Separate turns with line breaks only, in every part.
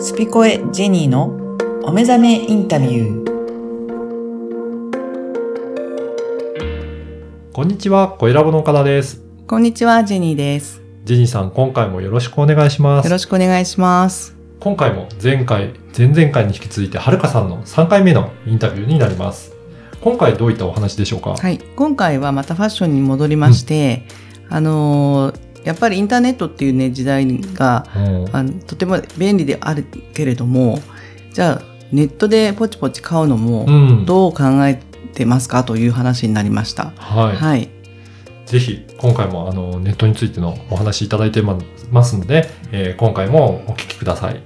スピコエジェニーのお目覚めインタビュー。
こんにちは、小ラボの岡田です。
こんにちは、ジェニーです。
ジェニーさん、今回もよろしくお願いしま
よろ
す。
しくお願いします。
今回も前回、前々回に引き続いて、はるかさんの3回目のインタビューになります。今回どういったお話でしょうか、
はい、今回はまたファッションに戻りまして、あのーやっぱりインターネットっていうね時代が
うん
あのとても便利であるけれども、じゃあネットでポチポチ買うの
う
も
ん。
どう考えてますかという話になりました。
はい。
はい、
ぜひ、今回もあのネットについてのお話いただいてまますので、えー今回もお聞きください。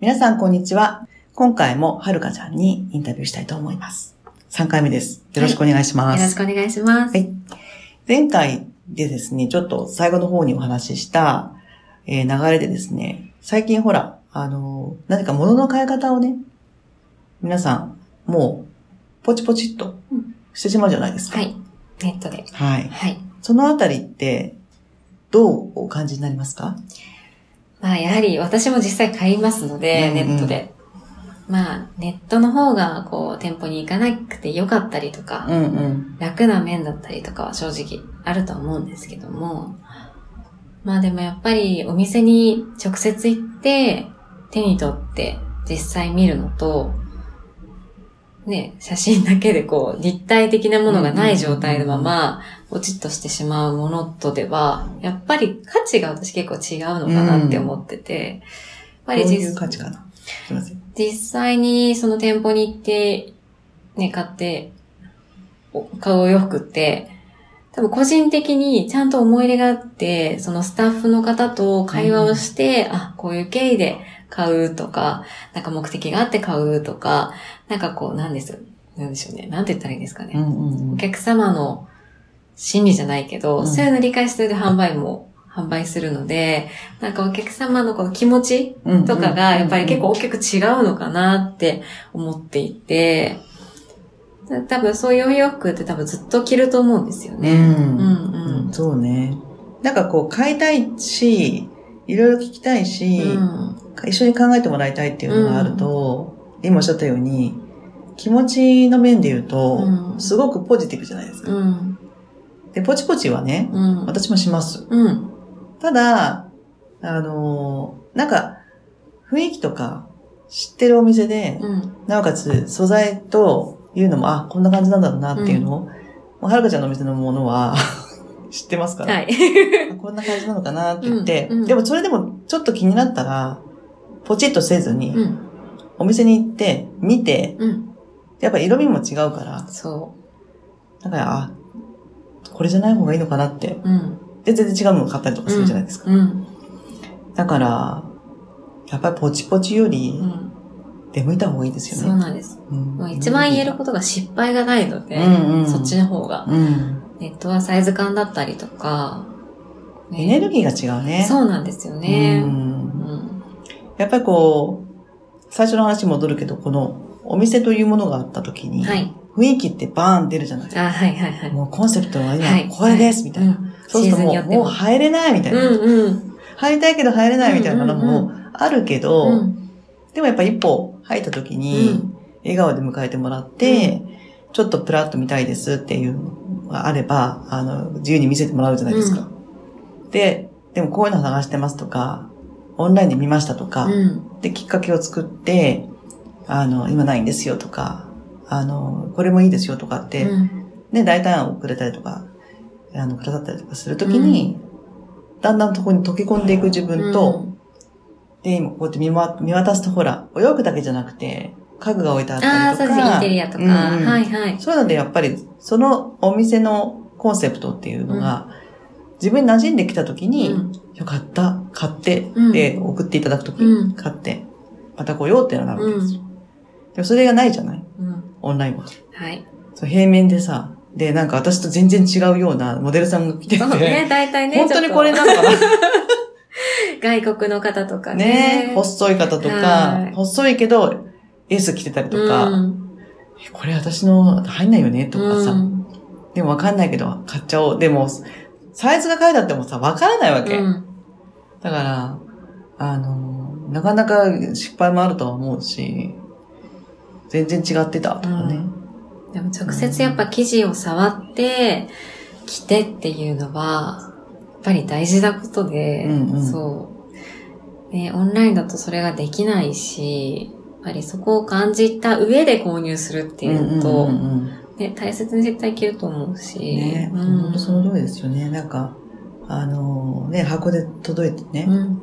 皆さん、こんにちは。今回もはるかちゃんにインタビューしたいと思います。3回目です。よろしくお願いしま
よろ
す
し。くお願いします。
はい。前回でですね、ちょっと最後の方にお話しした、えー流れでですね、最近ほら、あのー何か物の買い方をね、皆さん、もう、ポチポチっと
うん
してしまうじゃないですか。
は。い。ネットで。
はい。
はい。
そのあたりって、どうお感じになりますか
まあ、やはり私も実際買いますので、
うんうん
ネットで。まあ、ネットの方が、こう、店舗に行かなくてよかったりとか、
んうん。
楽な面だったりとかは正直あると思うんですけども、まあでもやっぱりお店に直接行って、手に取って実際見るのと、ね、写真だけでこう、立体的なものがない状態のまま、落ちっとしてしまうものとでは、やっぱり価値が私結構違うのかなって思ってて、
どう
やっぱり
い
実
う価値かなすいません。
実際にその店舗に行って、ね、買って、お買うお洋服って、多分個人的にちゃんと思い入れがあって、そのスタッフの方と会話をして、あ、こういう経緯で買うとか、なんか目的があって買うとか、なんかこう、なんです、なんでしょうね。なんて言ったらいいんですかね。
んうん
お客様の心理じゃないけど、
うん
そういうの理解してで販売も販売するので、なんかお客様のこの気持ち
うん
とかが、やっぱり結構、大きく違うのかなって思っていて、多分そういうお洋服って多分ずっと着ると思うんですよ
うんう
ね。うんんう
うん
ん。
そうね。なんかこう、買いたいし、いろいろ聞きたいし、
うん
一緒に考えてもらいたいっていうのがあると、今おっしゃったように、気持ちの面で言うと、
うん
すごくポジティブじゃないですか。
うん。
で、ポチポチはね、
うん。
私もします。
うん。
ただ、あのーなんか、雰囲気とか、知ってるお店で、
うん。
なおかつ、素材というのも、あ、こんな感じなんだろうなっていうのを、もうはるかちゃんのお店のものは、 知ってますから、
はい。
あこんな感じなのかなって言って、
うんうん
でもそれでもちょっと気になったら、ポチッとせずに、
うん。
お店に行って、見て、
うん。
やっぱ色味も違うから、
そ
だから、あ、これじゃない方がいいのかなって。
う。うん。
で、全然違うのを買ったりとかするじゃないですか。
うん。
だから、やっぱりポチポチより
うん。
出向いた方がいいです
そ
よ
う
ね。
なんです。
うん
もう一番言えることが失敗がないので
うんうん、
そっちの方が。
うん。
ネットはサイズ感だったりとか、
エネルギーが違うね。
そうなんですよ
う
ね。うんん。
やっぱりこう、最初の話に戻るけど、このお店というものがあった時に、
はい。
雰囲気ってバーン出るじゃないですか。
あ、はいはいはい。
もうコンセプトは
はい
今これです、みたいな。
うん
そうすると
シーズン
も
によ
う、
って
も
も
う入れないみたいな。
うんうん。
入りたいけど入れないみたいなの
うん
もあるけど、
うん
でもやっぱ一歩入った時に、笑顔で迎えてもらって、ちょっとプラッと見たいですっていうのがあれば、あの、自由に見せてもらうじゃないですか。で、でもこういうの探してますとか、オンラインで見ましたとか、
うん。
で、きっかけを作って、あの、今ないんですよとか、あの、これもいいですよとかって、
うん
ね、大胆をくれたりとか、あの、くださったりとかするときに、だんだんそこに溶け込んでいく自分と、、で、今こうやって見わ見渡すとほら、お洋服だけじゃなくて、家具が置いてあっ
うん
たり
ああ、そ
と
う
か。
ですね。インテリアとか。
うんうん
はいはい。
そういうのでやっぱり、そのお店のコンセプトっていうのが、自分に馴染んできた時に、
うん
よかった、買って、
うん
で、送っていただく時、
うん
買って、また来ようっていうのがあるわけ
う
ですよ。
ん
でもそれがないじゃない
うん。
オンラインは。
はい。
そう平面でさ、で、なんか私と全然違うようなモデルさんが来てて、
そうね、大体ね。
本当に
ちょっと
これなのかな
外国の方とかね。
ね、細い方と
は
か、
い
細いけど、エース着てたりとか、
うん
えこれ私の入んないよねとかさ、
うん
でもわかんないけど買っちゃおう。でも、サイズが書いてあってもさ、わからないわけ。
うん
だから、あの、なかなか失敗もあるとは思うし、全然違ってたとかね。
でも直接やっぱ生地を触って、着てっていうのは、やっぱり大事なことで、
うんうん
そう。ね、オンラインだとそれができないし、やっぱりそこを感じた上で購入するっていうのと、
うんうんうんうん
ね、大切に絶対着ると思うし。
ね、
う
本
ん、
当その通りですよね。なんか、あのね、箱で届いてね、
うん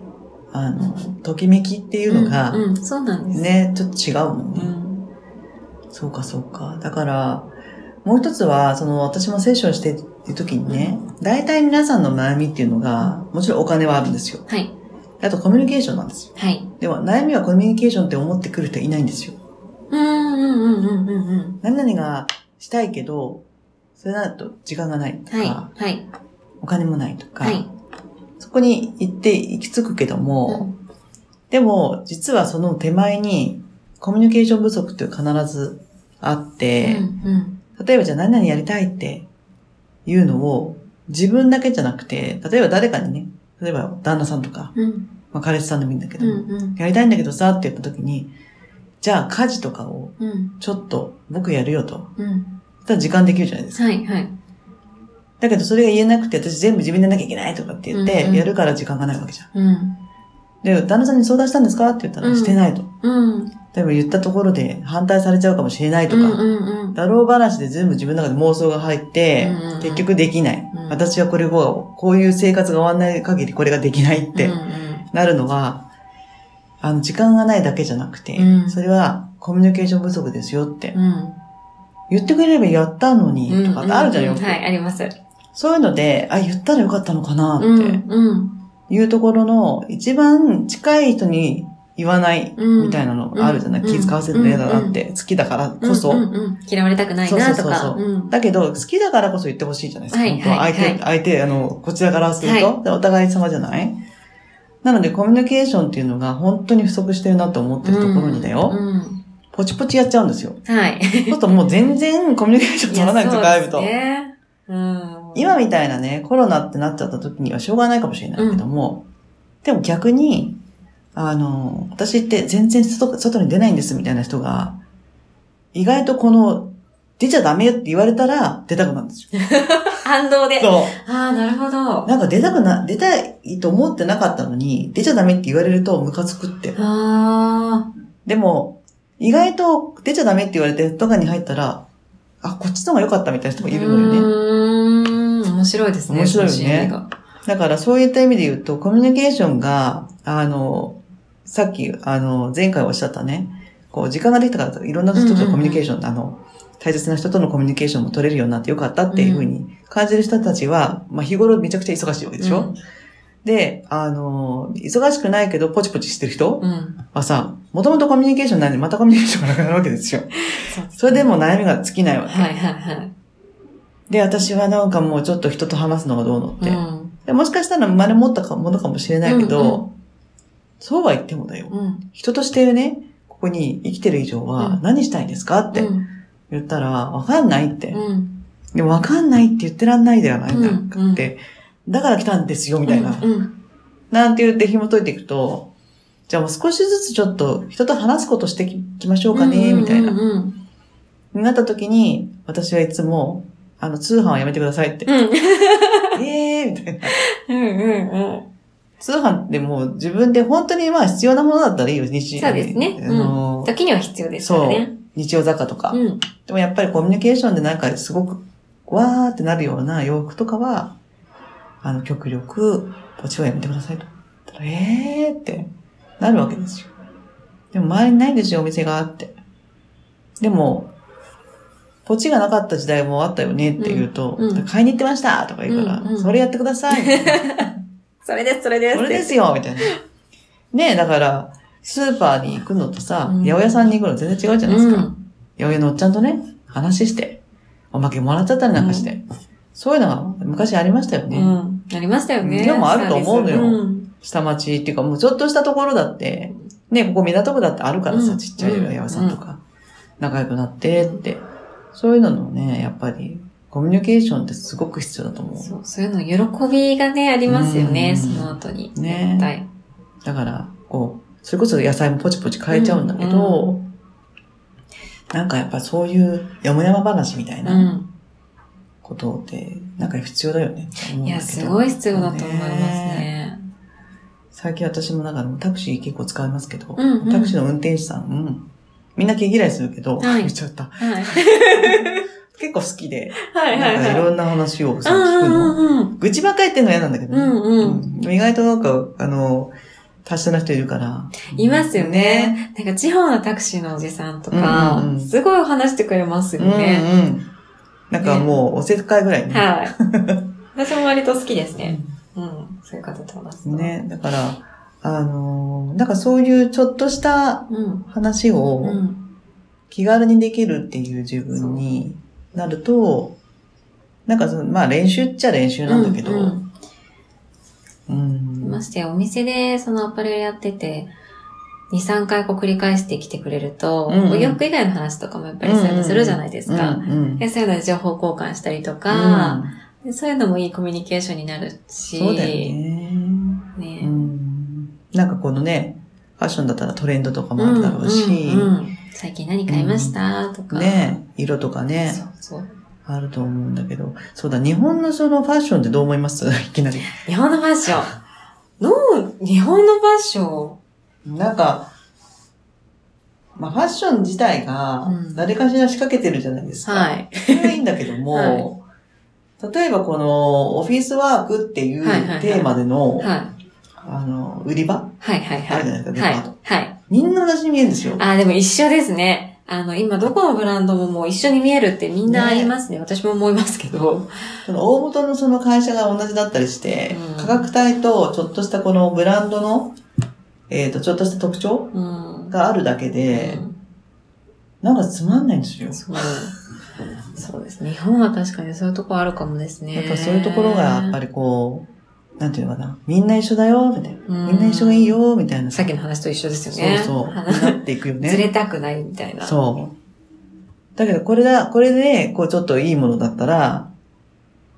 あの、ときめきっていうのが
う、んうんそうなんです。
ね、ちょっと違うもん
う
ね。
ん。
そうか、そうか。だから、もう一つは、その、私もセッションしてる時にね、大体皆さんの悩みっていうのが、もちろんお金はあるんですよ。
はい。
あとコミュニケーションなんですよ。
はい。
でも、悩みはコミュニケーションって思ってくる人いないんですよ。
うんうんうんうんうんうん。
何々がしたいけど、それだと時間がないとか、
はい。はい。
お金もないとか、
はい。
そこに行って行き着くけど
う
も、でも、実はその手前に、コミュニケーション不足って必ずあって、
うん
例えばじゃあ何々やりたいっていうのを自分だけじゃなくて、例えば誰かにね、例えば旦那さんとか、
うん。うん
まあ、彼氏さんでもいいんだけど、
うんうん。
やりたいんだけどさって言った時に、じゃあ家事とかを
うん
ちょっと僕やるよと。
うん。
そしたら時間できるじゃないですか。
はいはい。
だけどそれが言えなくて私全部自分でやんなきゃいけないとかって言って、
うんうん
やるから時間がないわけじゃん。
うん。
で、旦那さんに相談したんですかって言った
う
ら
ん
してないと。
うん。
でも言ったところで反対されちゃうかもしれないとか、
うんうんうん。
だろう話で全部自分の中で妄想が入って、
うんうんうん
結局できない。
うん
私はこれを、こういう生活が終わんない限りこれができないって
うんうん
なるのは、あの、時間がないだけじゃなくて、
うん
それはコミュニケーション不足ですよって。
うん
言ってくれればやったのに、
うん。
とかってあるじゃんよ、
う
く
はい、あります。
そういうので、あ、言ったらよかったのかな
う
っ
んうん。
ていうところの、一番近い人に言わない
うん
みたいなのあるじゃない、
うん
気使わせるの嫌だなって、好きだからこそ。
うんうんうん嫌われたくないなとか。
そうそうそう
うん
だけど、好きだからこそ言ってほしいじゃないですか。
はい
本当
はい
相手、
はい
相手、あの、こちらからすると、
は
でお互い様じゃないなので、コミュニケーションっていうのが本当に不足してるなと思ってるところにだよ、
うん
ポチポチやっちゃうんですよ。
はい。
ちょっともう全然コミュニケーション取らないんですよ、
やそう
外
で
部と。
すねうん。
今みたいなね、コロナってなっちゃった時にはしょうがないかもしれないけども、でも逆に、あの、私って全然外外に出ないんですみたいな人が、意外とこの、出ちゃダメよって言われたら出たくなるんです よ。
反動で。あ
そう。
あー、なるほど。
なんか出たくな、出たいと思ってなかったのに、出ちゃダメって言われるとムカつくって。
あ
でも、意外と出ちゃダメって言われてとかに入ったら、あ、こっちの方が良かったみたいな人
あ。
もいるのよね。
うーん。面白いですね。
面白いよね
その心理が
だからそういった意味で言うと、コミュニケーションが、あの、さっき、あの、前回おっしゃったね、こう、時間ができたから、いろんな人とのコミュニケーション、あの、大切な人とのコミュニケーションも取れるようになってよかったっていうふうに感じる人たちは、まあ日頃めちゃくちゃ忙しいわけでしょ、で、あの、忙しくないけど、ポチポチしてる人
うん。うん
はさ、もともとコミュニケーションないのに、またコミュニケーションがなくなるわけですよ。それでも悩みが尽きないわけ。
はいはいはい。
で、私はなんかもうちょっと人と話すのがどうのって。
うん
でもしかしたら生まれ持ったかものかもしれないけど、
うん
そうは言ってもだよ。
うん。
人としてね、ここに生きてる以上
う
は
ん
何したいですかって
うん
言ったら、わかんないって。
うん。
でもわかんないって言ってらんないではないんだ
うんうん
って。だから来たんですよ、みたいな。
うんうん。
なんて言って紐解いていくと、じゃあもう少しずつちょっと人と話すことしてききましょうかね、みたいな。
うん
に
うんうん。
なった時に、私はいつも、あの、通販はやめてくださ いって。
うん
えーみたいな。
うんうんうん。
通販ってもう自分で本当にまあ必要なものだったらいいよ、日
そうですね
あの、
時には必要ですからね。
日用雑貨とか。
うん。
でもやっぱりコミュニケーションでなんかすごく、わーってなるような洋服とかは、あの、極力、ポチはやめてくださいと。だからえーってなるわけですよ。でも周りにないんですよ、お店があって。でも、ポチがなかった時代もあったよねって言うと、
うんうん
買いに行ってましたとか言うから、
うんうん
それやってくだ さいみたいな。
それです、それです。
それですよみたいな。ねえ、だから、スーパーに行くのとさ、
うん
八百屋さんに行くの全然違うじゃないですか。八百屋のおっちゃんとね、話して、おまけもらっちゃったりなんかして。そういうのが昔ありましたよ
うん。
ね。
うん。なりましたよね。
でもあると思うのよ
サービスうん
下町っていうか、もうちょっとしたところだって、ね、ここ港区だってあるからさ、
うん
ちっちゃい八百屋さんとか、仲良くなってって。そういうののね、やっぱり、コミュニケーションってすごく必要だと思
そう、そういうの喜びがね、ありますよね、
う
そ
ん
の後に。
ね
絶対。
う。だから、こう、それこそ野菜もポチポチ変えちゃうんだけど、
う。
なんかやっぱそういうやもやま話みたいうなんことって、なんか必要だよねって思うん
い
だけど。
や、すごい必要だと思いますね。
最近私もなんかタクシー結構使いますけど、
うんうん
タクシーの運転手さん、うんみんな毛嫌いするけど、
はい
言っちゃった。
はい。
結構好きで、
はいは
なんかい
いはい。
ろんな話をさ、
うん
聞く
う
の。
んうん。
愚痴ばっかり言ってんのは嫌なんだけどね、
うんうん
うん意外となんか、あの、達者な人いるから。
いますよね。なんか地方のタクシーのおじさんとか
うんうんう、ん
すごい話してくれます
う
よ
んうん。
ね。
なんかもう、おせっかいぐらいね。
はい。私も割と好きですね。うん。そういう方と話すと。。
ね、だから、あのーなんかそういうちょっとした
うん。
話を
うん。
気軽にできるっていう自分になると、なんかその、まあ練習っちゃ練習なんだけど、
う
うん
んましてやお店でそのアパレルやってて、2、3回こう繰り返してきてくれると、
うんうん
お洋服以外の話とかもやっぱりそうやってするじゃないですか。
うんうん
でそういうので情報交換したりとか、でそういうのもいいコミュニケーションにな
う
る
ん
し、
そうだよね。
ね
うんなんかこのね、ファッションだったらトレンドとかもあるだろうし、
うんうんうん最近何買いました、とか。
ね、色とかね、
そうそう。
あると思うんだけど、そうだ、日本のそのファッションってどう思います いきなり。
日本のファッション。の、日本のファッション。
なんか、まあファッション自体が
うん
誰かしら仕掛けてるじゃないですか。
はい。
それはいいんだけども、例えばこのオフィスワークっていう
はいはいはい
テーマでの、
はい。
あの、売り場
はいはい
あ
は
るじゃないです
い。
かデパ
は
ー
い
ト。
はい。
みんな同じに見えるんですよ。
あー、でも一緒ですね。あの、今どこのブランドももう一緒に見えるってみんなありますね。私も思いますけど。
その大元のその会社が同じだったりして、
うん
価格帯とちょっとしたこのブランドの、えっ、と、ちょっとした特徴
うん。
があるだけで、
うん
なんかつまんないんですよ。
そう。そうですね。日本は確かにそういうとこあるかもですね。
やっぱそういうところがやっぱ
り、
りこう、なんていうのかな、みんな一緒だよ、みたいな。みん
み
な一緒がいい。よ、みたいな。
さっきの話と一緒ですよね。
そうそう。
話
なっていくよね。
ずれたくないみたいな。う。
そう。だけどこれだ、これで、こうちょっといいものだったら、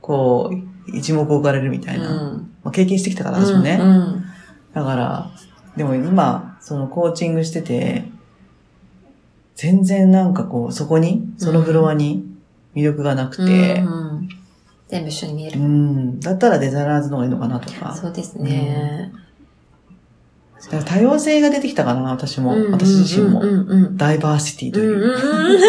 こう、一目置かれるみたいな。
ん。
まあ、経験してきたから私もね。
うんうん。
だから、でも今、そのコーチングしてて、全然なんかこう、そこに、そのフロアに魅力がなくて
う、ん全部一緒に見え
う
る。
ん、だったらデザイナーズの方がいいのかなとか。
そうですね。
だから多様性が出てきたかな、私も。
うん
私自身も。
うんうん
ダイバーシティ
う
と
ん。う
い
ん
う。
うんうん。 素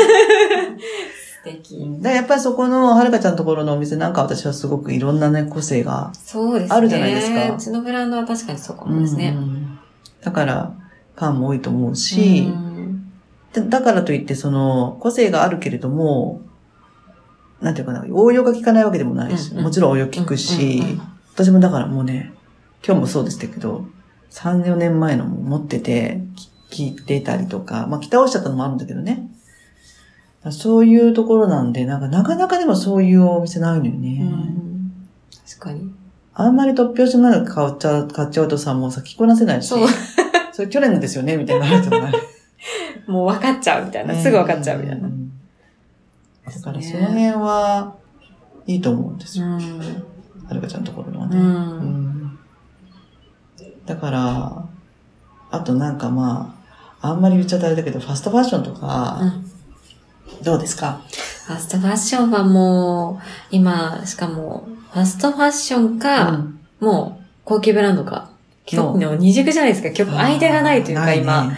敵。
だからやっぱりそこの、はるかちゃんのところのお店なんか私はすごくいろんなね、個性が。
そうですね。
あるじゃないですか
うちのブランドは確かにそうかもです
う
ね。
んだから、ファンも多いと思うし、
うん
だだからといって、その、個性があるけれども、なんていうかな、応用が効かないわけでもないし、
うんうん
もちろん応用効くし、
うんうん
私もだからもうね、今日もそうでしたけど、3、4年前のも持ってて、き聞いてたりとか、まあ、着倒しちゃったのもあるんだけどね。だからそういうところなんで、なんか、なかなかでもそういうお店ないのよね。
うん確かに。
あんまり突拍子もなく買っちゃう、買っちゃうとさ、もうさ、着こなせないし。
そう。
それ去年のですよねみたいになるじゃない。
もう分かっちゃうみたい な。すぐ分かっちゃうみたいな。
ん。だからその辺は、いいと思うんですよ。
う
はるかちゃんのところのは
ん。う。
ね。うんんだから、あとなんかまあ、あんまり言っちゃったあれだけど、ファストファッションと
う
か、
ん
どうですか
ファストファッションはもう、今、しかも、ファストファッション
う
か、
ん
もう、高級ブランドか。
も
今
う
日の二軸じゃないですか。今日、間がないというか、
な
今。。
いね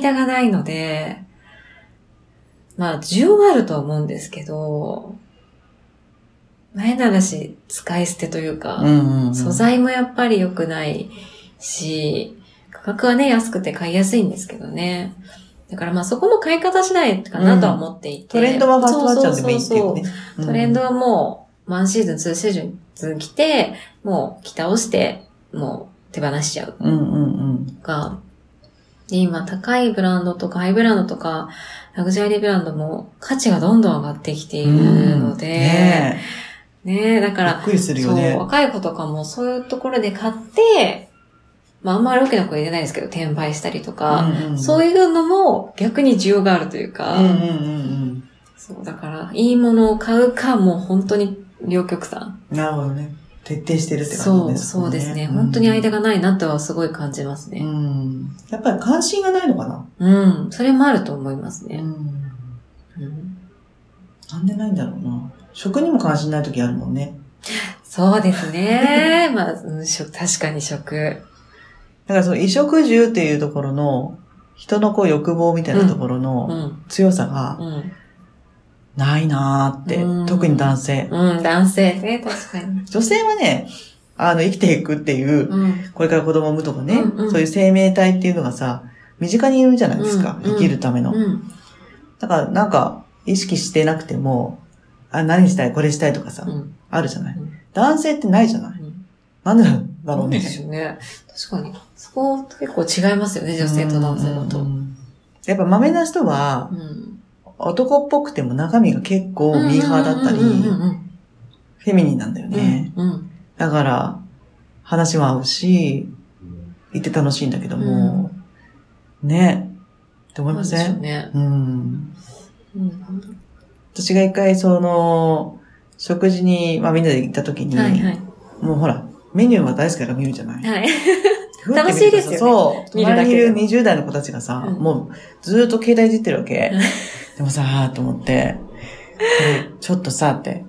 間がないので、まあ、需要はあるとは思うんですけど、前ならし使い捨てというか、
うんうん。
素材もやっぱり良くないし、価格はね、安くて買いやすいんですけどね。だからまあそこも買い方次第かなとは思っていて。
トレンドはファストファッションでもいいって
そう
い
そうう
ね
そ。うトレンドはもう、ワンシーズン、ツーシーズン着て、もう着倒して、もう手放しちゃう。
うんうんうん。
が、で今高いブランドとかハイブランドとか、ラグジュアリーブランドも価値がどんどん上がってきているので、
うんね
ねえ、だか
えび
ら
っ、くりするよね
そう、。若い子とかもそういうところで買って、まああんまり大きな声出ないですけど、転売したりとか、
うんうん
そういうのも逆に需要があるというか、
うんうんうんうん。
そう、だから、いいものを買うか、もう本当に両極端。
なるほどね。徹底してるって感
そ
じ
う、
です
そうですね。本当に間
が。
がないなとはすごい感じます
う
ね。
ん。やっぱり関心がないのかな
うん、それもあると思いますね。
ん。
うん、
なんでないんだろうな。食にも関心ない時あるもんね。
そうですね。 まあ、うん食、確かに食。
だからその衣食住っていうところの、人のこう欲望みたいなところ
う
の
ん、
強さが
うん。
ないなーって、
うん
特に男性。
うん、男性ね、確かに。
女性はね、あの、生きていくっていう、
うん。
これから子供を産むとかね、
うんうん
そういう生命体っていうのがさ、身近にいるじゃないですか、
うんうん
生きるための。
うん。
だからなんか、意識してなくても、あ、何したい、これしたいとかさ、
うん。
あるじゃない
うん。
男性ってないじゃない
うん
なんでなんだろ
そうう
ね
で。すよね。確かに。そこ結構違いますよね、女性と男性だ
う
と。
んやっぱ豆な人は
う、ん。
男っぽくても中身が結構ミーハーだったり、
うんうん
フェミニンなんだよ
うんうん
ね。
うんうん
だから、話は合うし、いて楽しいんだけども、ね、って思いませ
そうんですよね。
うん。
うん
私が一回その、食事に、まあみんなで行った時に、
はいはい。
もうほら、メニューが大好きだから見るじゃない
はい。
ふって見るとさ
楽しいですよね
そう。
見るだ
隣
け
にい
で
る20
も
代の子たちがさ、
うん
もうずーっと携帯いじってるわけ
うん。
でもさ、あーと思って、これちょっとさ、って、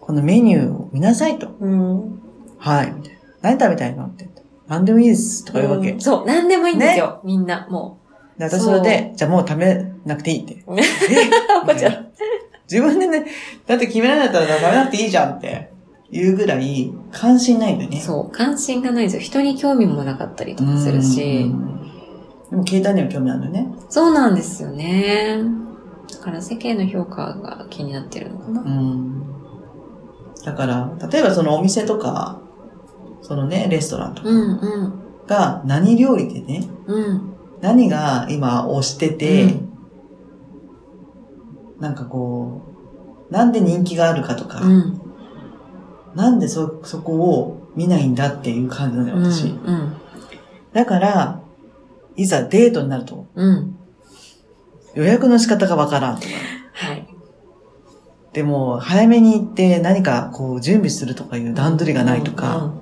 このメニューを見なさいと。
うん。
はい。みたいな何食べたいのって言って。何でもいいです。 とか言うわけ。
ん
で
そう、なんでもいいんですよ、みんな、も
私それで、じゃあもう食べなくていい って。
うんう。
え自分でね、だって決められたら食べなくていいじゃんって言うぐらい関心ないんだよね。
そう、関心がないですよ。人に興味もなかったりとかする
う
し。
ん。でも携帯には興味あるのよね。
そうなんですよね。だから世間の評価が気になってるのかな。
うん。だから、例えばそのお店とか、そのね、レストランとか
うん、うん、
が何料理でね、
うん。
何が今推してて、
うん
なんかこう、なんで人気があるかとか、
うん。
なんでそ、そこを見ないんだっていう感じなのよ、私。
うん。
だから、いざデートになると、
うん。
予約の仕方がわからんとか。
はい。
でも、早めに行って何かこう準備するとかいう段取りがないとか、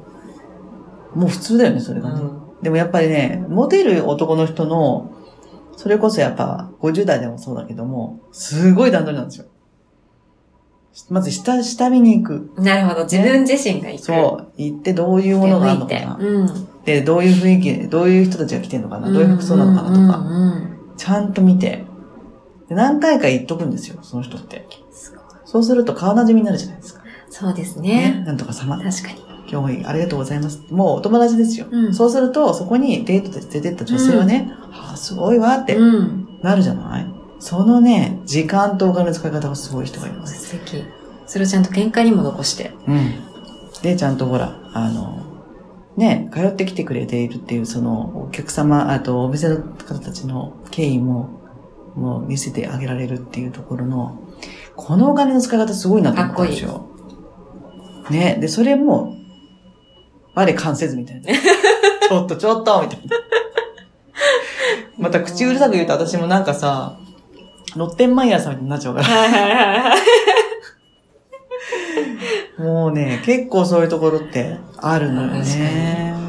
もう普通だよね、それ
うん。
が
う
ね。
ん
でもやっぱりね、モテる男の人の、それこそやっぱ50代でもそうだけども、すごい段取りなんですよ。まず下、下見に行く。
うんなるほど、自分自身が行く。
そう。行ってどういう
う
ものがある
向
の
い
か
て。
な。
うん。
で、どういう雰囲気、どういう人たちが来てるのかな。どういう服装なのかなとか。
なと
ちゃんと見て。で何回か行っとくんですよ、その人って。
か。すごい
そうすると顔なじみになるじゃないですか。
そうです
ね。
ね。
なんとか様。
確かに。
今日ありがとうございます。もうお友達ですよ。
うん
そうすると、そこにデートで出てった女性はね、ああ、すごいわって
うん。
なるじゃないそのね、時間とお金の使い方がすごい人がいます。
素敵。それをちゃんと見解にも残して。
うん。で、ちゃんとほら、あの、ね、通ってきてくれているっていう、その、お客様、あと、お店の方たちの経緯も、もう見せてあげられるっていうところの、このお金の使い方すごいなと思ったんですよ。ね、で、それも、我関せずみたい な。ちょっとちょっとみたいな。また口うるさく言うと私もなんかさ、ロッテンマイヤーさんみたいになっちゃうから。
はいはいはいはい。
もうね、結構そういうところってあるのよね。うん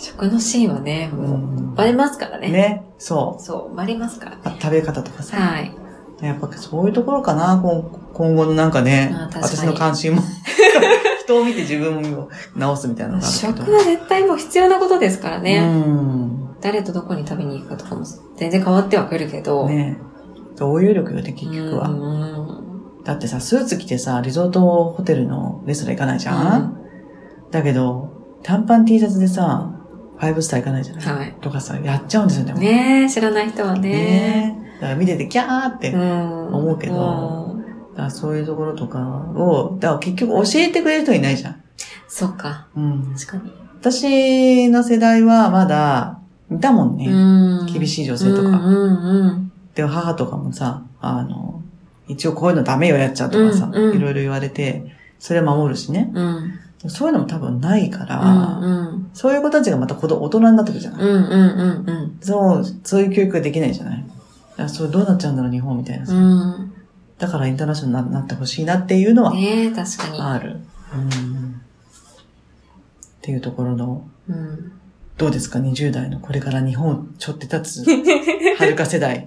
食のシーンはね、もう、バレますからね。
ね、そ
そう、バレますからね
う。。あ食べ方とかさ、
はい。
やっぱそういうところかな、今今後のなんかね、
あ確かに
私の関心 も。人を見て自分を直すみたいなのがあるけ
食
ど。
は絶対もう必要なことですから
う
ね。
ん。
誰とどこに食べに行くかとかも全然変わってはくるけど。
ね応用力よね、結局
う
は。
ん
だってさ、スーツ着てさ、リゾートホテルのレストラン行かないじゃん、だけど、短パン T シャツでさ、ファイブスター行かないじゃない、
はい。
とかさ、やっちゃうんですよね。
ねえ、知らない人はね。
ねだから見ててキャーって、だ
ん
思うけどからそういうところとかを、だから結局教えてくれる人いないじゃん。
そっか。
うん。
確かに。
私の世代はまだ、いたもんね。
うん
厳しい女性と
うん
か。
うんうん。
で、母とかもさ、あの、一応こういうのダメよやっちゃうとかさ、
うんうん
いろいろ言われて、それ守るしね。
うん。
そういうのも多分ないから、
うん
そういう子たちがまた子供大人になってくるじゃない、
うんうんうんうん
そう、そういう教育ができないじゃないあそれどうなっちゃうんだろう、日本みたいな。
うん。
だからインターナショナルにななってほしいなっていうのは
ねえ、確かに。
ある。うんっていうところの、
うん。
どうですか、20代のこれから日本をちょって 立つ、はるか世代。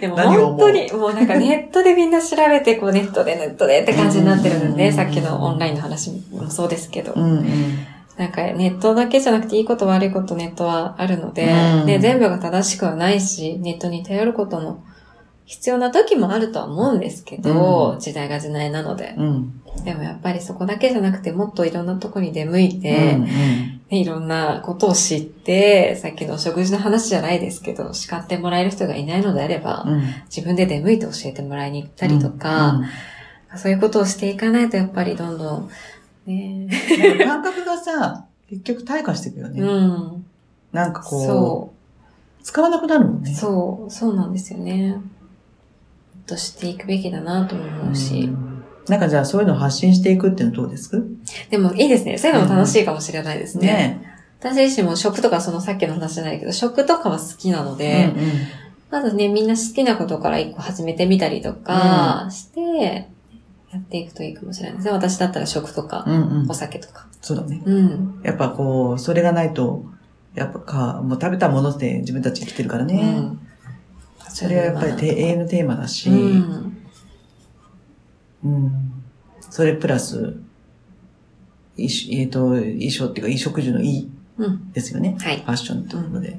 でも
何を思
本
う
当に、もうなんかネットでみんな調べて、こうネットでネットでって感じになってるので、
うん
さっきのオンラインの話もそうですけど、
うんうん。
なんかネットだけじゃなくていいこと悪いことネットはあるので、
うん
ね、全部が正しくはないし、ネットに頼ることも必要な時もあるとは思うんですけど、
うん
時代が時代なので。
うん。
でもやっぱりそこだけじゃなくて、もっといろんなとこに出向いて、
うんうん
ねいろんなことを知って、さっきの食事の話じゃないですけど、叱ってもらえる人がいないのであれば、
うん。
自分で出向いて教えてもらいに行ったりとか、そういうことをしていかないとやっぱりどんどん、ね
うん、なんか感覚がさ、結局退化していくよね。
うん。
なんかこ、
そう
使わなくなるもん
う、
ね。
そう、そうなんですよね。もっとしていくべきだなとも思うし、
んなんかじゃあそういうのを発信していくっていうのどうですか
でもいいですね。そういうのも楽しいかもしれないですね。
ね
私自身も食とかそのさっきの話じゃないけど、食とかは好きなので、
うんうん
まずね、みんな好きなことから一個始めてみたりとかして、やっていくといいかもしれないですね。私だったら食とか、
うんうん
お。酒とか。
そうだね。
うん。
やっぱこう、それがないと、やっぱか、もう食べたもので自分たち生きてるからね。
うん、
それはやっぱりて永遠のテーマだし、
う
うん
ん。
それプラス、いしえっ、と、衣装っていうか、衣食住のいい
うん。
ですよね。
はい
フ。ァッションってことで。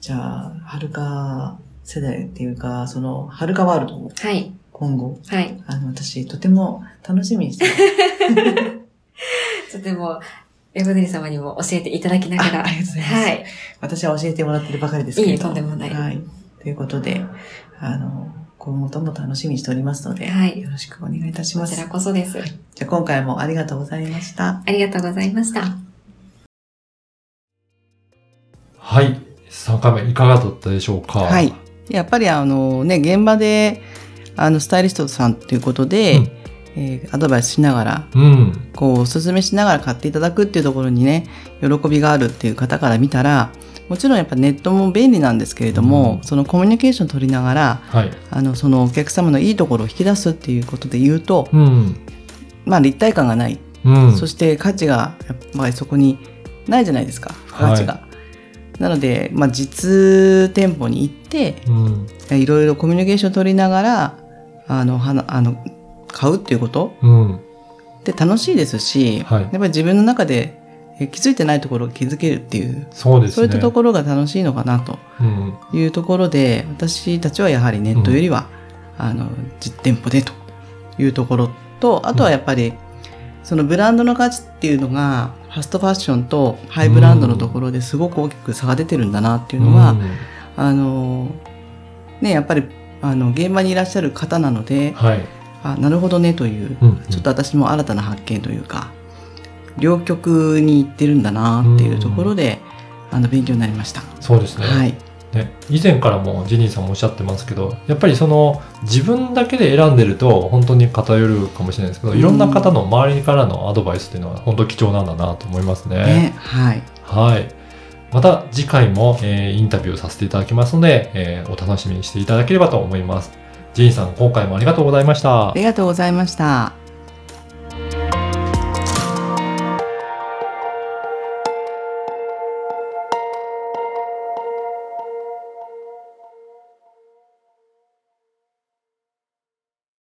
じゃあ、はるか世代っていうか、その、はるかワールドを
はい。
今後、
はい。
あの、私、とても楽しみにして ます。
とても、エブデリ様にも教えていただきながら。
あありがとうございます
はい。
私は教えてもらってるばかりですけど。
いえとんでもない
はい。ということで、あの、今後とも楽しみにしておりますので、
はい
よろしくお願いいたしま
こ
す。
ち
じゃ
らこそです。
あ、今回もありがとうございました。
ありがとうございました。
はい。3回目いかがだったでしょうか
はい。やっぱりあのね現場であのスタイリストさんということで、
うん
えーアドバイスしながら
うん。
こうおすすめしながら買っていただくっていうところにね喜びがあるっていう方から見たらもちろんやっぱネットも便利なんですけれども、
うん
そのコミュニケーション取りながら
はい。
あのそのお客様のいいところを引き出すっていうことで言うと、
うん。
まあ立体感がない、
うん。
そして価値がやっぱりそこにないじゃないですか付加価値が。なので、まあ、実店舗に行って
うん。
いろいろコミュニケーション取りながらあのはなあの買うっていうこと
うん。
って楽しいですし、
はい
やっぱり自分の中でえ気づいてないところを気づけるっていう
そうですね。
そういったところが楽しいのかなと
うん。
いうところで私たちはやはりネットよりは、あの実店舗でというところとあとはやっぱり、そのブランドの価値っていうのがファストファッションとハイブランドのところですごく大きく差が出てるんだなっていうのは、
うん
あのねやっぱりあの現場にいらっしゃる方なので
はい。
あなるほどねという
うん。
ちょっと私も新たな発見というか両極に行ってるんだなっていうところで、あの勉強になりました。
そうですね。
はい、
ね、以前からもジニーさんもおっしゃってますけどやっぱりその自分だけで選んでると本当に偏るかもしれないですけどいろんな方の周りからのアドバイスっていうのは本当貴重なんだなと思いますね。
ね、はい、
はいまた次回も、えーインタビューさせていただきますので、えーお楽しみにしていただければと思います。ジニーさん今回もありがとうございました
あ。りがとうございました。